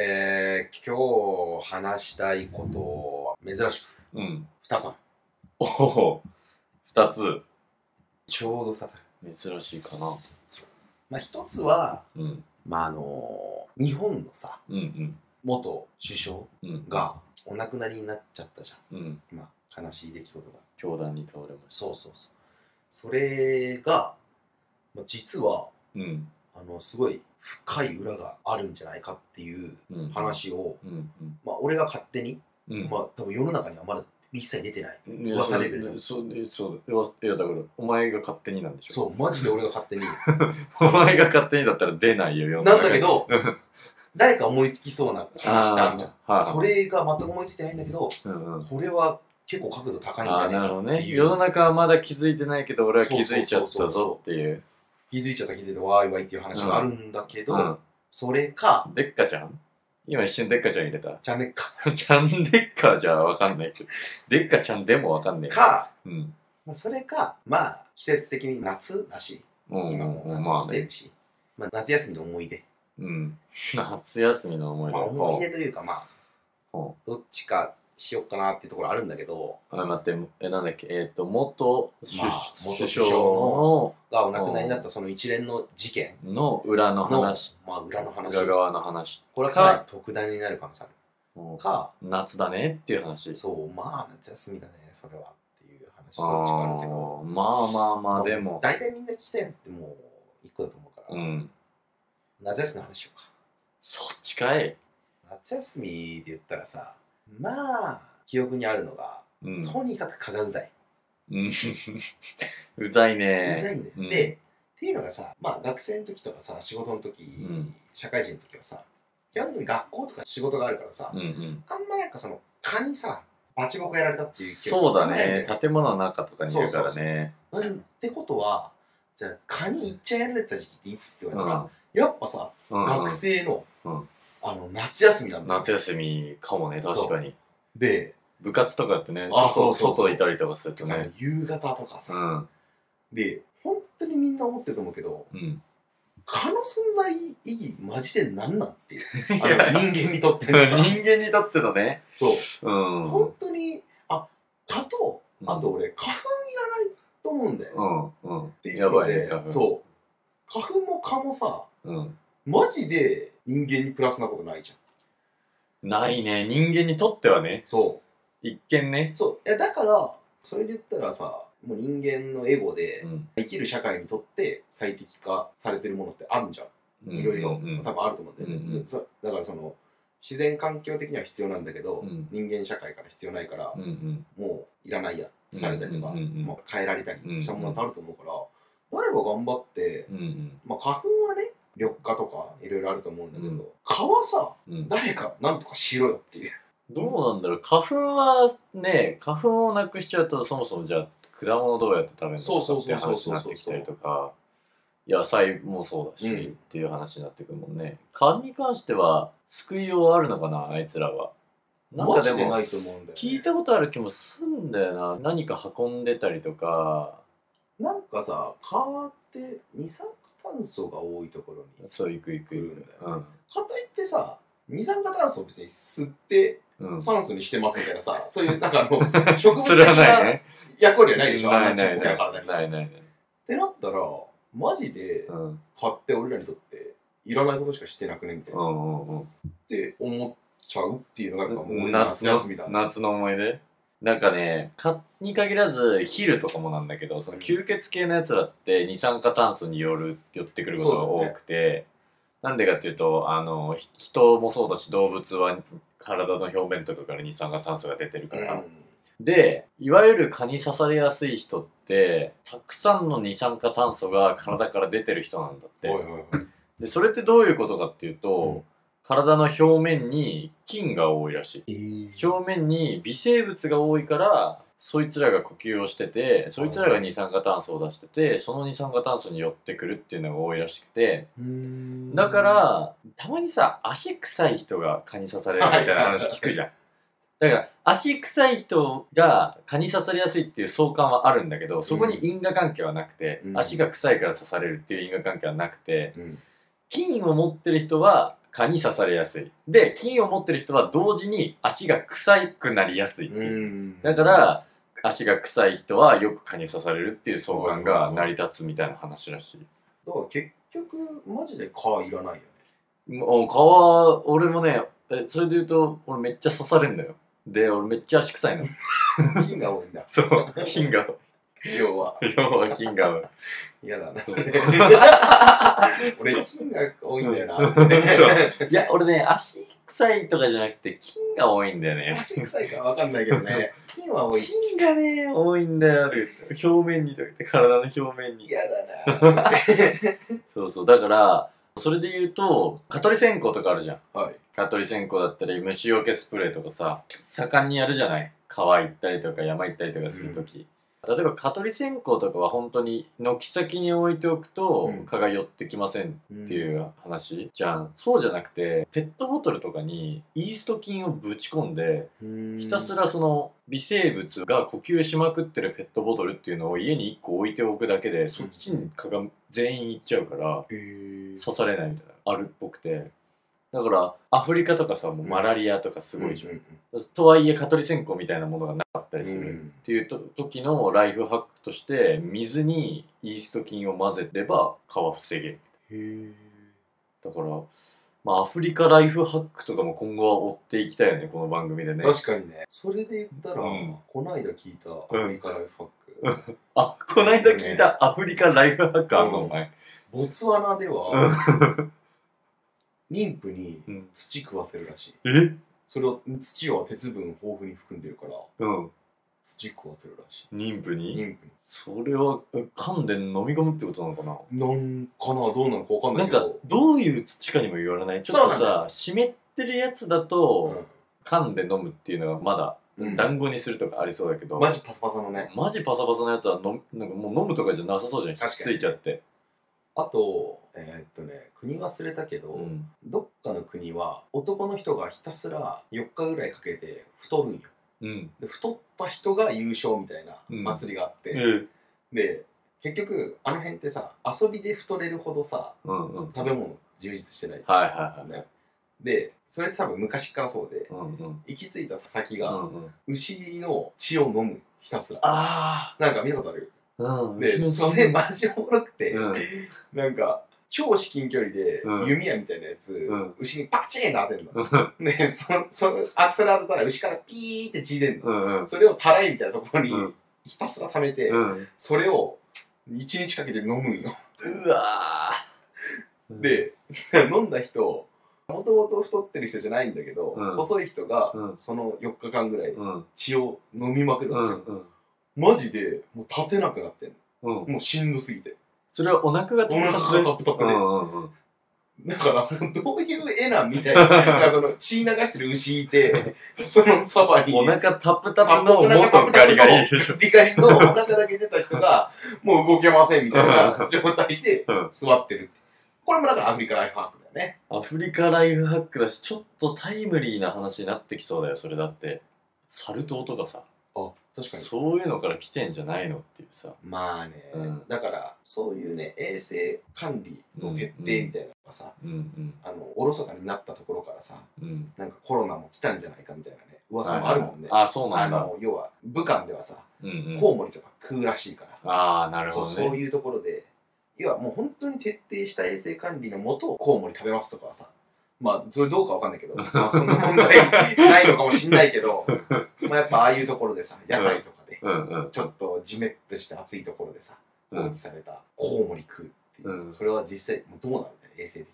えー、今日話したいことは珍しくうん。 2つある。おお、二つ。ちょうど2つある。珍しいかな。まあ1つは、うん。まああの日本のさ、うん元首相うん。うん。がお亡くなりになっちゃったじうん。ゃん。まあ悲しい出来事が。教団に倒れましそうそうそう。それが、まあ、実は、た。うん。あの、すごい深い裏があるんじゃないかっていううん。。話を、うん。まあ俺が勝手に、うん。うん。まあ多分世の中にはまだ一切出てない。いや噂レベルだそうそうそうだよいやだからお前が勝手になんでしょそう、マジで俺が勝手に。お前が勝手にだったら出ないよ世のなん中だけにど、誰か思いつきそうな話したんじゃん。あーはいそれが全く思いついてないんだけど、うんうんこれは結構角度高いんじゃああねえなるかほどってねいう。世の中はまだ気づいてないけど俺は気づいちゃったぞっていう気づいちゃった気づいたわーいわいっていう話があるんだけど、うんそれか、でっかちゃん今一瞬でっかちゃん入れた じゃねっか。ちゃんでっかじゃわかんないけどでっかちゃんでもわかんないか、うんまあ、それか、まあ、季節的に夏だし、うん今もうん夏まあ来てねるし、まあ、夏休みの思い出、うん夏休みのま思いあ、出思い出というか、まあほ、どっちかしよっかなっていうところあるんだけど、あ待ってえなんだっけえっ、と元首,、まあ元首首相相ののがお亡くなりになったその一連の事件の裏のの、話まあ、裏の話裏、側の話これはかなり特段になる可能性ある。うんか、夏だねっていう話そう、まあ、夏休みだね、それはっていう話、あどっちかあるけど、ーまあまあまあでも大体みんな聞きたいのってもう、一個だと思うから、うん夏休みの話しようか。そっちかい夏休みで言ったらさまあ記憶にあるのが、うんとにかく蚊がうざい、うん うざいねうざいんだよ、うんでっていうのがさまあ学生の時とかさ仕事の時、ん社会人の時はさ基本的に学校とか仕事があるからさ、うんうんあんまなんかその蚊にさバチボコやられたっていう記憶そうだあんまないんねだよ建物の中とかにいるそかうらそうそうそねうんってことはじゃあ蚊にいっちゃやられてた時期っていつって言うわれんたら、やっぱさ、うんうん学生の、うんあの夏休みなんだよ夏休みかもね確かにで、部活とかってねあそうそ外うそう外いたりとかするとあのね夕方とかさ、うんで本当にみんな思ってると思うけどうん蚊の存在意義マジで何なんっていう いあのや人間にとって 人のさ間にとってのねそううん本当にあ蚊とあと俺花粉いらないと思うんだよ、うっんうんていうやのばいでね花粉そう花粉も蚊もさうんマジで人間にプラスなことないじゃんないね人間にとってはねそ一見ねうそういやだからそれで言ったらさもう人間のエゴでうん生きる社会にとって最適化されてるものってあるんじゃんうんいろいろうん多分あると思うんだよね、うんうんでそだからその自然環境的には必要なんだけど、うん人間社会から必要ないから、うんうんもういらないやされたりとか、うんうんうんうんまあ、変えられたりうんうんしたものってあると思うから、誰が頑張って、うんまあ、花粉はね緑化とかいろいろあると思うんだけど、うん蚊はさうん誰かなんとかしろよっていうどうなんだろう花粉はね花粉をなくしちゃうとそもそもじゃあ果物どうやって食べるのそうそうかってそいううそう話そうになってきたりとか野菜もそうだし、うんっていう話になってくるもんね蚊に関しては救いようあるのかなあいつらはなんマかでジでもないと思うんだよ、ね、聞いたことある気もすんだよな何か運んでたりとかなんかさ蚊って二酸化炭素が多いところにそう行く行く行くうんかといってさ二酸化炭素を別に吸ってうん、酸素にしてますみたいなさ、そういうなんかあの、 植物そ的れはないなね。役割はないでしょ、あなんいななちっいこないい。体に。っないないない。てなったら、マジでうん。うん買って俺らにとっていらないことしかしてなくねみたいなっうんうん。て思っちゃうっていうのがやっぱもう俺の夏夏の休みだな。夏の思い出なんかね蚊に限らずヒルとかもなんだけどその吸血系のやつらって二酸化炭素による寄ってくることが多くて、なんでかっていうとあのひ人もそうだし動物は体の表面とかから二酸化炭素が出てるから、でいわゆる蚊に刺されやすい人ってたくさんの二酸化炭素が体から出てる人なんだって、うんおいおいおいでそれってどういうことかっていうと、うん体の表面に菌が多いらしい。えー表面に微生物が多いからそいつらが呼吸をしててそいつらが二酸化炭素を出しててその二酸化炭素に寄ってくるっていうのが多いらしくてうーんだか、らたまにさ足臭い人が蚊に刺されるみたいな話聞 くじゃんだから足臭い人が蚊に刺されやすいっていう相関はあるんだけどそこに因果関係はなくて、うん足が臭いから刺されるっていう因果関係はなくてうん菌を持ってる人は蚊に刺されやすい。で、菌を持ってる人は同時に足が臭くなりやすいっていう。んだから、足が臭い人はよく蚊に刺されるっていう相関が成り立つみたいな話らしい。だから結局マジで蚊いらないよねもう蚊は、俺もね、え、それで言うと、俺めっちゃ刺されんだよ。で、俺めっちゃ足臭 いの。菌が多いんだそう、菌が、要は要は菌が。嫌だなそう俺菌が多いんだような んいや、 俺ね、足臭いとかじゃなくて、菌が多いんだよね。足臭いかわかんないけどね菌は多い菌がね、多いんだよ。表面にとか言って、体の表面に。嫌だなそうそう。だから、それで言うと、蚊取り線香とかあるじゃん。はい蚊取り線香だったり、虫除けスプレーとかさ、盛んにやるじゃない川行ったりとか山行ったりとかするとき。例えば、蚊取り線香とかは本当に、軒先に置いておくとうん、蚊が寄ってきませんっっていう話じゃん。そうじゃなくて、ペットボトルとかにイースト菌をぶち込んで、ひたすらその微生物が呼吸しまくってるペットボトルっていうのを家に1個置いておくだけで、そっちに蚊が全員行っちゃうから、えー刺されないみたいな、あるっぽくて。だから、アフリカとかさ、もうマラリアとかすごいじゃん。うんとはいえ、蚊取り線香みたいなものがなかったうりする。んっていうと時のライフハックとして、水にイースト菌を混ぜれば蚊は防げる。へえだから、まあ、アフリカライフハックとかも今後は追っていきたいよね、この番組でね。確かにねそれで言ったら、うんこないだ聞いたアメリカライフハック、あ、こないだ聞いたアフリカライフハックあんの、うんお前。ボツワナでは、妊婦にうん。土食わせるらしいえそれを土は鉄分豊富に含んでるからうん。土食わせるらし妊婦いに妊婦それは、え噛んで飲み込むってことなのかなになんかなどうなのかわかんなないんけかど、どういう土かにも言われないちょっとそうなんさ、湿ってるやつだと、噛んで飲むっていうのがまだ、うんうん団子にするとかありそうだけど、マジパサパサのねマジパサパサのやつは飲む、なんかもう飲むとかじゃなさそうじゃん。ひっ確かについちゃって。あとえーっとね国忘れたけど、うん。どっかの国は男の人がひたすら4日ぐらいかけて太るんようん。で太った人が優勝みたいな祭りがあって、うん。で結局あの辺ってさ遊びで太れるほどさうん。うん。はい食べ物充実してない、はいはい。ねでそれって多分昔からそうでうんうん。行き着いた佐々木うがんうん。牛の血を飲むひたすらあなんか見たことあるあ。うん。でそれマジおもろくて、うん。 なんか超至近距離でうん弓矢みたいなやつ、うん牛にパチーンって当てんの、うんでそそあそれ当てたら牛からピーって血出んの、うん。それをたらいみたいなところにうんひたすら溜めて、うん。それを1日かけて飲むんようわー、で 飲んだ人もともと太ってる人じゃないんだけど、うん細い人がうんその4日間ぐらいうん。血を飲みまくるうわけよん。うん。マジでもう立てなくなってんうん。のもうしんどすぎてそれはお腹がお腹がタップタップうで、んう んうん。だからどういう絵なんみたい なだからその血流してる牛いて そのそばにお腹タップタップのお腹タッ元プタッガプリの ガリでしょ。リカリのお腹だけ出た人 がもう動けませんみたいな状態でうん座ってるってこれもだからアフリカライフハークだよねアフリカライフハックだし、ちょっとタイムリーな話になってきそうだよ、それだって。サル痘とかさ、あ確かにそういうのから来てんじゃないのっていうさ。まあね、うんだからそういうね衛生管理の徹底みたいなのがさ、うんあのおろそかになったところからさうんうん。なんかコロナも来たんじゃないかみたいなね噂もあるもんね、あ、そうなあんだ。の要は武漢ではさうんうん。コウモリとか食うらしいから、ああ、なるそほうどそうね。いうところで要はもう本当に徹底した衛生管理のもとコウモリ食べますとかはさまあそれどうかわかんない けどまあそんな問題ないのかもしんないけど まあやっぱああいうところでさ屋台とかでうんうん。ちょっとジメッとして暑いところでさう放ん置されたコウモリ食うっていう、うんそれは実際もうどうなるんだよ衛生的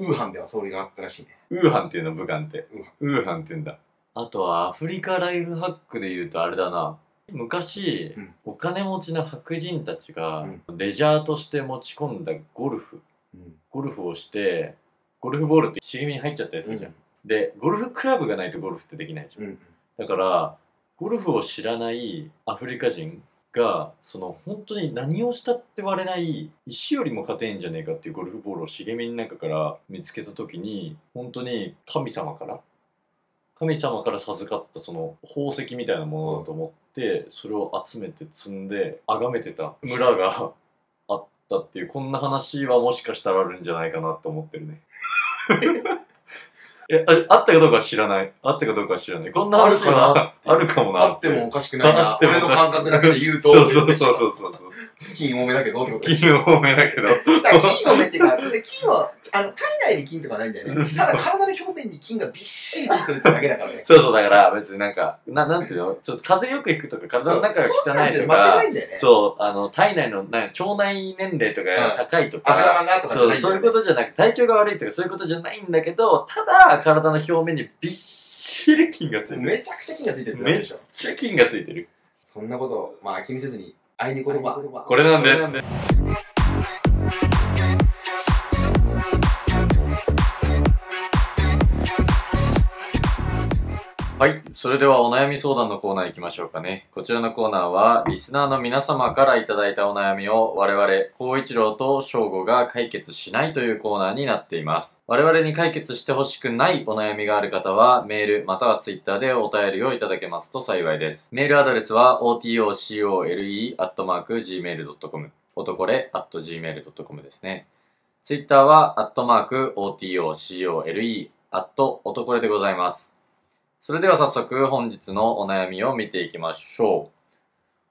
にウーハンではそれがあったらしいねウーハンっていうの武漢ってウーハ。ウーハンって言うんだ。あとはアフリカライフハックで言うとあれだな。昔、うんお金持ちの白人たちがうレジャーとして持ち込んだゴルフ。うんゴルフをして、ゴルフボールって茂みに入っちゃったりするじゃん。で、ゴルフクラブがないとゴルフってできないじゃん。うんだから、ゴルフを知らないアフリカ人が、その本当に何をしたって割れない、石よりも硬いんじゃねえかっていうゴルフボールを茂みの中から見つけた時に、本当に神様から、神様から授かったその宝石みたいなものだと思って、それを集めて積んで、崇めてた村があったっていう、こんな話はもしかしたらあるんじゃないかなと思ってるね。 え、ああったかどうかは知らない。あったかどうかは知らない。こんな話はああるるかもな。あってもおかしくないあなっ。ても俺の感覚だけで言うと、そうそうそうそうそうそう。金多めだけどってことで金多めだけ ど。だから金多めっていうか、別に金は、あの、体内に金とかないんだよね。ただ体の表面に金がびっしりついてるってだけだからね。そうそう、だから別になんか、ななんていうのちょっと風邪よくひくとか、体の中そうそんが汚ないんじゃ全くとなかい、んだよね。そう、あの、体内の、なんか腸内年齢とかが高いと悪か、玉がとかじゃそないうんだそういようねこ。とじゃなく体調が悪いとかそういうことじゃないんだけどただ体の表面にびっしり菌がついてるめっめちゃくちゃ金がついてるってことでしょ。ちゃ菌がついてるそんなことを、まあ気にせずに、あいに言葉。これなんではいそれではお悩み相談のコーナー行きましょうかねこちらのコーナーはリスナーの皆様からいただいたお悩みを我々光一郎と翔吾が解決しないというコーナーになっています我々に解決してほしくないお悩みがある方はメールまたはツイッターでお便りをいただけますと幸いですメールアドレスは otocole.gmail.com 男れ .gmail.com ですねツイッターは、アットマーク、OTOCOLE、アット、男れでございます。それでは早速、本日のお悩みを見ていきましょう。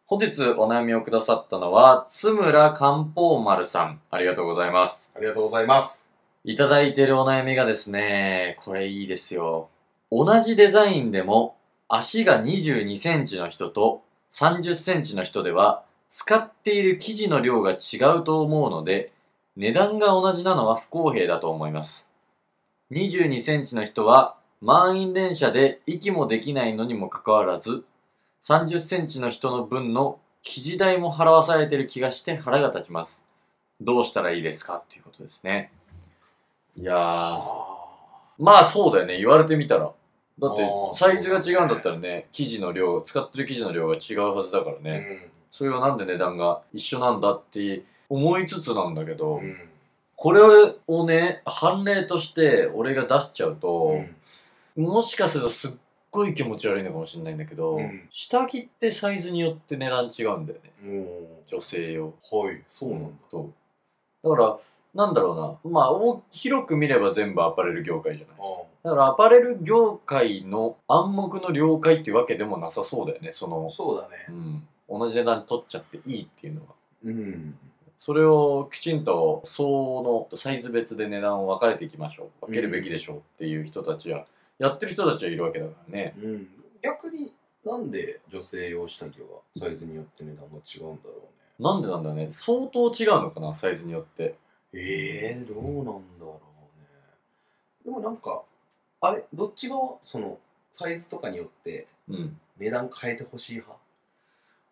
本日お悩みをくださったのは、津村漢方丸さん。ありがとうございます。ありがとうございます。いただいているお悩みがですね、これいいですよ。同じデザインでも、足が22センチの人と30センチの人では、使っている生地の量が違うと思うので、値段が同じなのは不公平だと思います。22センチの人は、満員電車で息もできないのにもかかわらず、30センチの人の分の生地代も払わされてる気がして腹が立ちます。どうしたらいいですかっていうことですね。いやー、まあそうだよね、言われてみたら。だってあー、サイズが違うんだったらね、生地の量、使ってる生地の量が違うはずだからうね。ん。それはなんで値段が一緒なんだって思いつつなんだけど、うん。これをね、判例として俺が出しちゃううと、んもしかするとすっごい気持ち悪いのかもしれないんだけど、うん下着ってサイズによって値段違うんだよね。も女性用。う、はい、そうなんだ。そうだから、なんだろうな。まあ、大広く見れば全部アパレル業界じゃないあ。ーだからアパレル業界の暗黙の了解っていうわけでもなさそうだよねその、そうだねう。ん、同じ値段取っちゃっていいっていうのはうん。それをきちんと相応のサイズ別で値段を分かれていきましょう分けるべきでしょうっていう人たちや、やってる人たちはいるわけだからねうん。逆になんで女性用下着はサイズによって値段が違うんだろなんでなんだろうね相当違うのかなサイズによってうね。ええー、どうなんだろうね。でもなんか、あれ、どっち側その、サイズとかによってうん値段変えてほしい派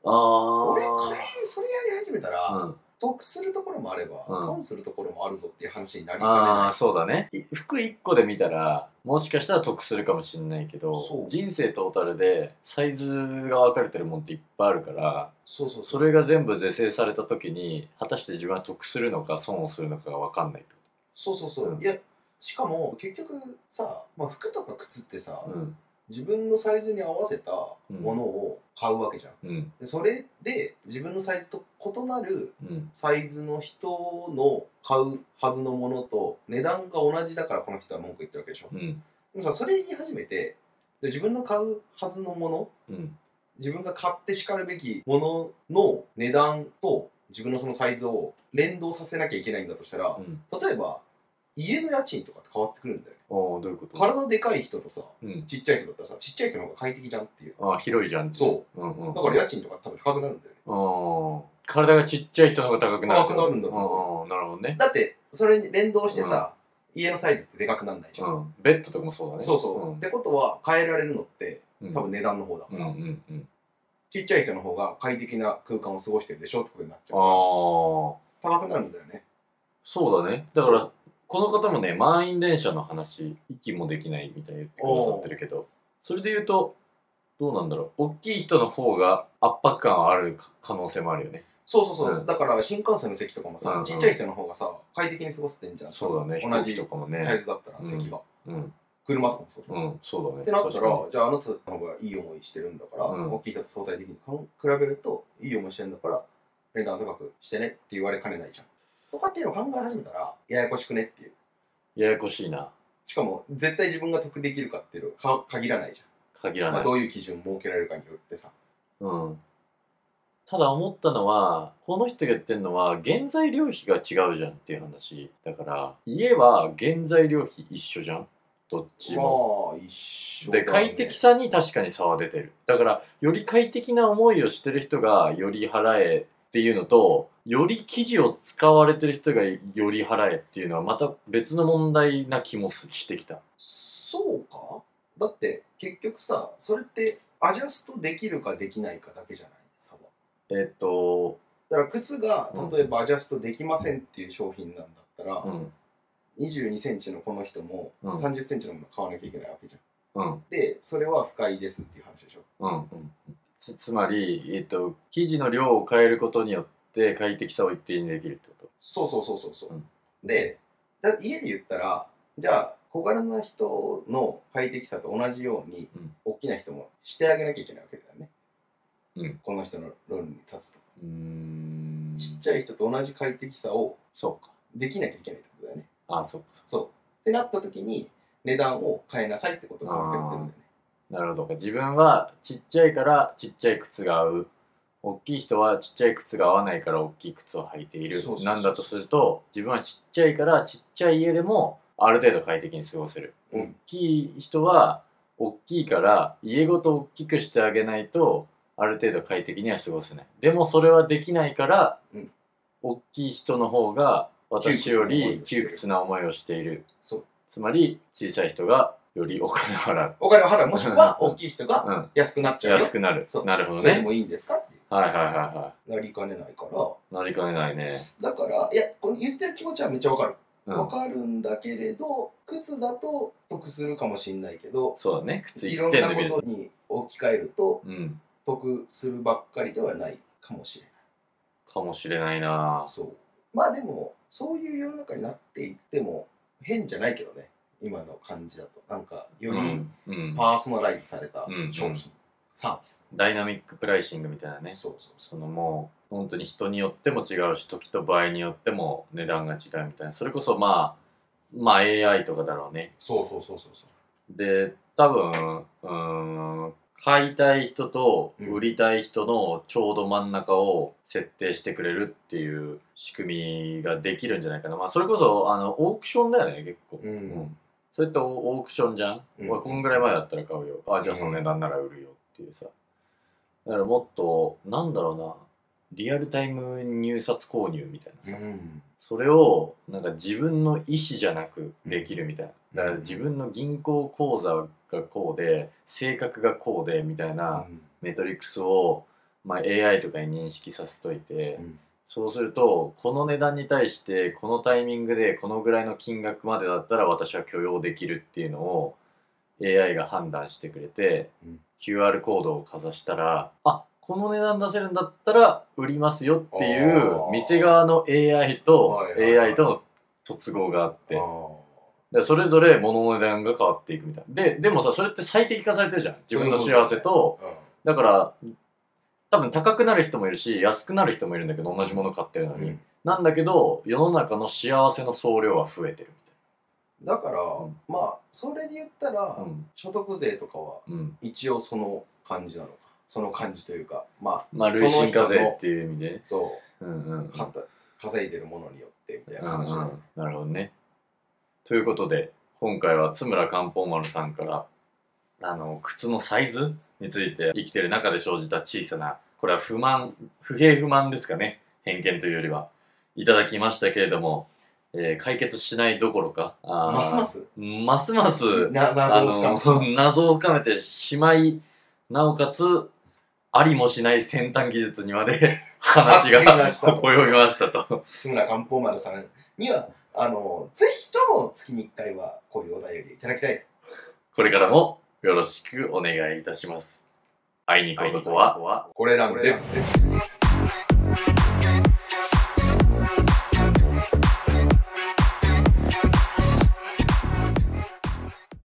ああ俺、仮にそれやり始めたら、うん、得するところもあれば、うん損するところもあるぞっていう話になりああかそうだねい服1個で見たらもしかしたら得するかもしれないけどそう人生トータルでサイズが分かれてるもんっていっぱいあるからねない。そうそうそ。そうれが全部是正された時に果たして自分は得するのか損をするのかが分かんないと。そうそうそう。うんいや、しかも結局さ、まあ、服とか靴ってさ、うん自分のサイズに合わせたものを買うわけじゃん。うんでそれで自分のサイズと異なるうんサイズの人の買うはずのものと値段が同じだからこの人は文句言ってるわけでしょ。でうんもさそれ言い始めてで自分の買うはずのものうん自分が買ってしかるべきものの値段と自分のそのサイズを連動させなきゃいけないんだとしたらうん例えば家の家賃とかって変わってくるんだよねおーどういうこと体でかい人とさうん、ちっちゃい人だったらさちっちゃい人の方が快適じゃんっていうあー広いじゃん、そううんうん、だから家賃とか多分高くなるんだよねあー体がちっちゃい人の方が高くなる高くなるんだと思うんなるほどね、だってそれに連動してさ、家のサイズってでかくならないじゃ、うんん、ベッドとかもそうだねそうそう、ってことは変えられるのってうん、うん多分値段の方だかうんら、うんうんちっちゃい人の方が快適な空間を過ごしてるでしょってことになっちゃうかああら高くなるんだよねそうだねだかそらこの方もね満員電車の話息もできないみたいに言ってくださってるけどそれで言うとどうなんだろう大きい人の方が圧迫感はある可能性もあるよねそうそうそう、うんだから新幹線の席とかもさ、うんうんちっちゃい人の方がさ快適に過ごせてんじゃんそうだね飛同行機とじかもサイねズだったらうん席が、うん車とかもそうじゃん、うっんそうだねてなった確からじゃああなたの方がいい思いしてるんだから、うん大きい人と相対的にかん比べるといい思いしてるんだから値段高くしてねって言われかねないじゃんとかっていうのを考え始めたらややこしくねっていうにややこしいなしかも絶対自分が得できるかっていうのはか限らないじ限ゃん、まらなあ、い、どういう基準設けられるかによってさうん、ただ思ったのはこの人が言ってるのは原材料費が違うじゃんっていう話だから家は原材料費一緒じゃんどっちまもあ一緒だ、ね、で快適さに確かに差は出てるだからより快適な思いをしてる人がより払えっていうのとより生地を使われてる人がより払えっていうのはまた別の問題な気もしてきたそうかだって結局さそれってアジャストできるかできないかだけじゃない差はえっとだから靴がうん例えばアジャストできませんっていう商品なんだったら、うん22センチのこの人もうん30センチのもの買わなきゃいけないわけじゃん、うんでそれは不快ですっていう話でしょうんうんつつまり、えっと生地の量を変えることによって快適さを一定にできるってこそうそうそうそうそう、うんでだ家で言ったらじゃあ小柄な人の快適さと同じように、うん大きな人もしてあげなきゃいけないわけだよね、うんこの人の論に立つととうーんちっちゃい人と同じ快適さをそうかできなきゃいけないってことだよねああそうかそうってなった時に値段を変えなさいってことをこの人言ってるんだよねなるほど自分はちっちゃいからちっちゃい靴が合う大きい人はちっちゃい靴が合わないから大きい靴を履いているそうそうそうなんだとすると自分はちっちゃいからちっちゃい家でもある程度快適に過ごせる、うん大きい人は大きいから家ごと大きくしてあげないとある程度快適には過ごせないでもそれはできないから、うん大きい人の方が私より窮窮屈屈な思いをしているそうつまり小さい人がよりお金を払うお金を払うもしくはうん大きい人がうん安くなっちゃうよ安くなるそうなるほどそれでねもいいんですかってはいはいはいはなりかねないからいなりかねないねだからいやこの言ってる気持ちはめっちゃわかるうんわかるんだけれど靴だと得するかもしれないけどそうだね靴い一ろん点なで見ることとに置き換えるとうん得するばっかりではないかもしれないかもしれないなそうまあでもそういう世の中になっていっても変じゃないけどね今の感じだとなんかようりん、うん、パーソナライズされたうん商品、うんサービス、ダイナミックプライシングみたいなねそうそうそそのもう本当に人によっても違うし時と場合によっても値段が違うみたいなそれこそまあまあ AI とかだろうねうそうそうそうそうそうで多分うーん買いたい人とうん売りたい人のちょうど真ん中を設定してくれるっていう仕組みができるんじゃないかな、まあ、それこそあのオークションだよね結構、うんそれってオオークションじゃん、うんおいこんぐらい前だったら買うよあじゃあその値段なら売るよっていうさだからもっとなんだろうなリアルタイム入札購入みたいなさ、うんそれをなんか自分の意思じゃなくできるみたいな、うんだから自分の銀行口座がこうで性格がこうでみたいなメトリックスを、まあ、AI とかに認識させといて、うんそうするとこの値段に対してこのタイミングでこのぐらいの金額までだったら私は許容できるっていうのを AI が判断してくれて、うん QR コードをかざしたらあこの値段出せるんだったら売りますよっていうあー店側の AI とはいはいはい AI との突合があってあだかーらそれぞれ物の値段が変わっていくみたいなででもさそれって最適化されてるじゃん自分の幸せとうんだから多分高くなる人もいるし安くなる人もいるんだけど同じもの買ってるのに、うんなんだけど世の中の幸せの総量は増えてるだから、うんまあそれで言ったら、みたいなうん所得税とかはうん一応その感じなのかその感じというかまあまあ累進課その人税のっていう意味でそううんうんうんはた稼いでるものによってみたいなうんうん話なのかなるほどねということで今回は津村漢方丸さんからあの靴のサイズについて生きてる中で生じた小さなこれは不満不平不満ですかね偏見というよりはいただきましたけれども、えー解決しないどころかあーますますますますなあ謎を深の め した、謎を深めてしまいなおかつありもしない先端技術にまで 話が発展がしたと及びましたと津村漢方丸さんにはあのぜひとも月に1回はこういうお便りいただきたいこれからもよろしくお願いいたします会いに行く男はこれらで。 Thank you.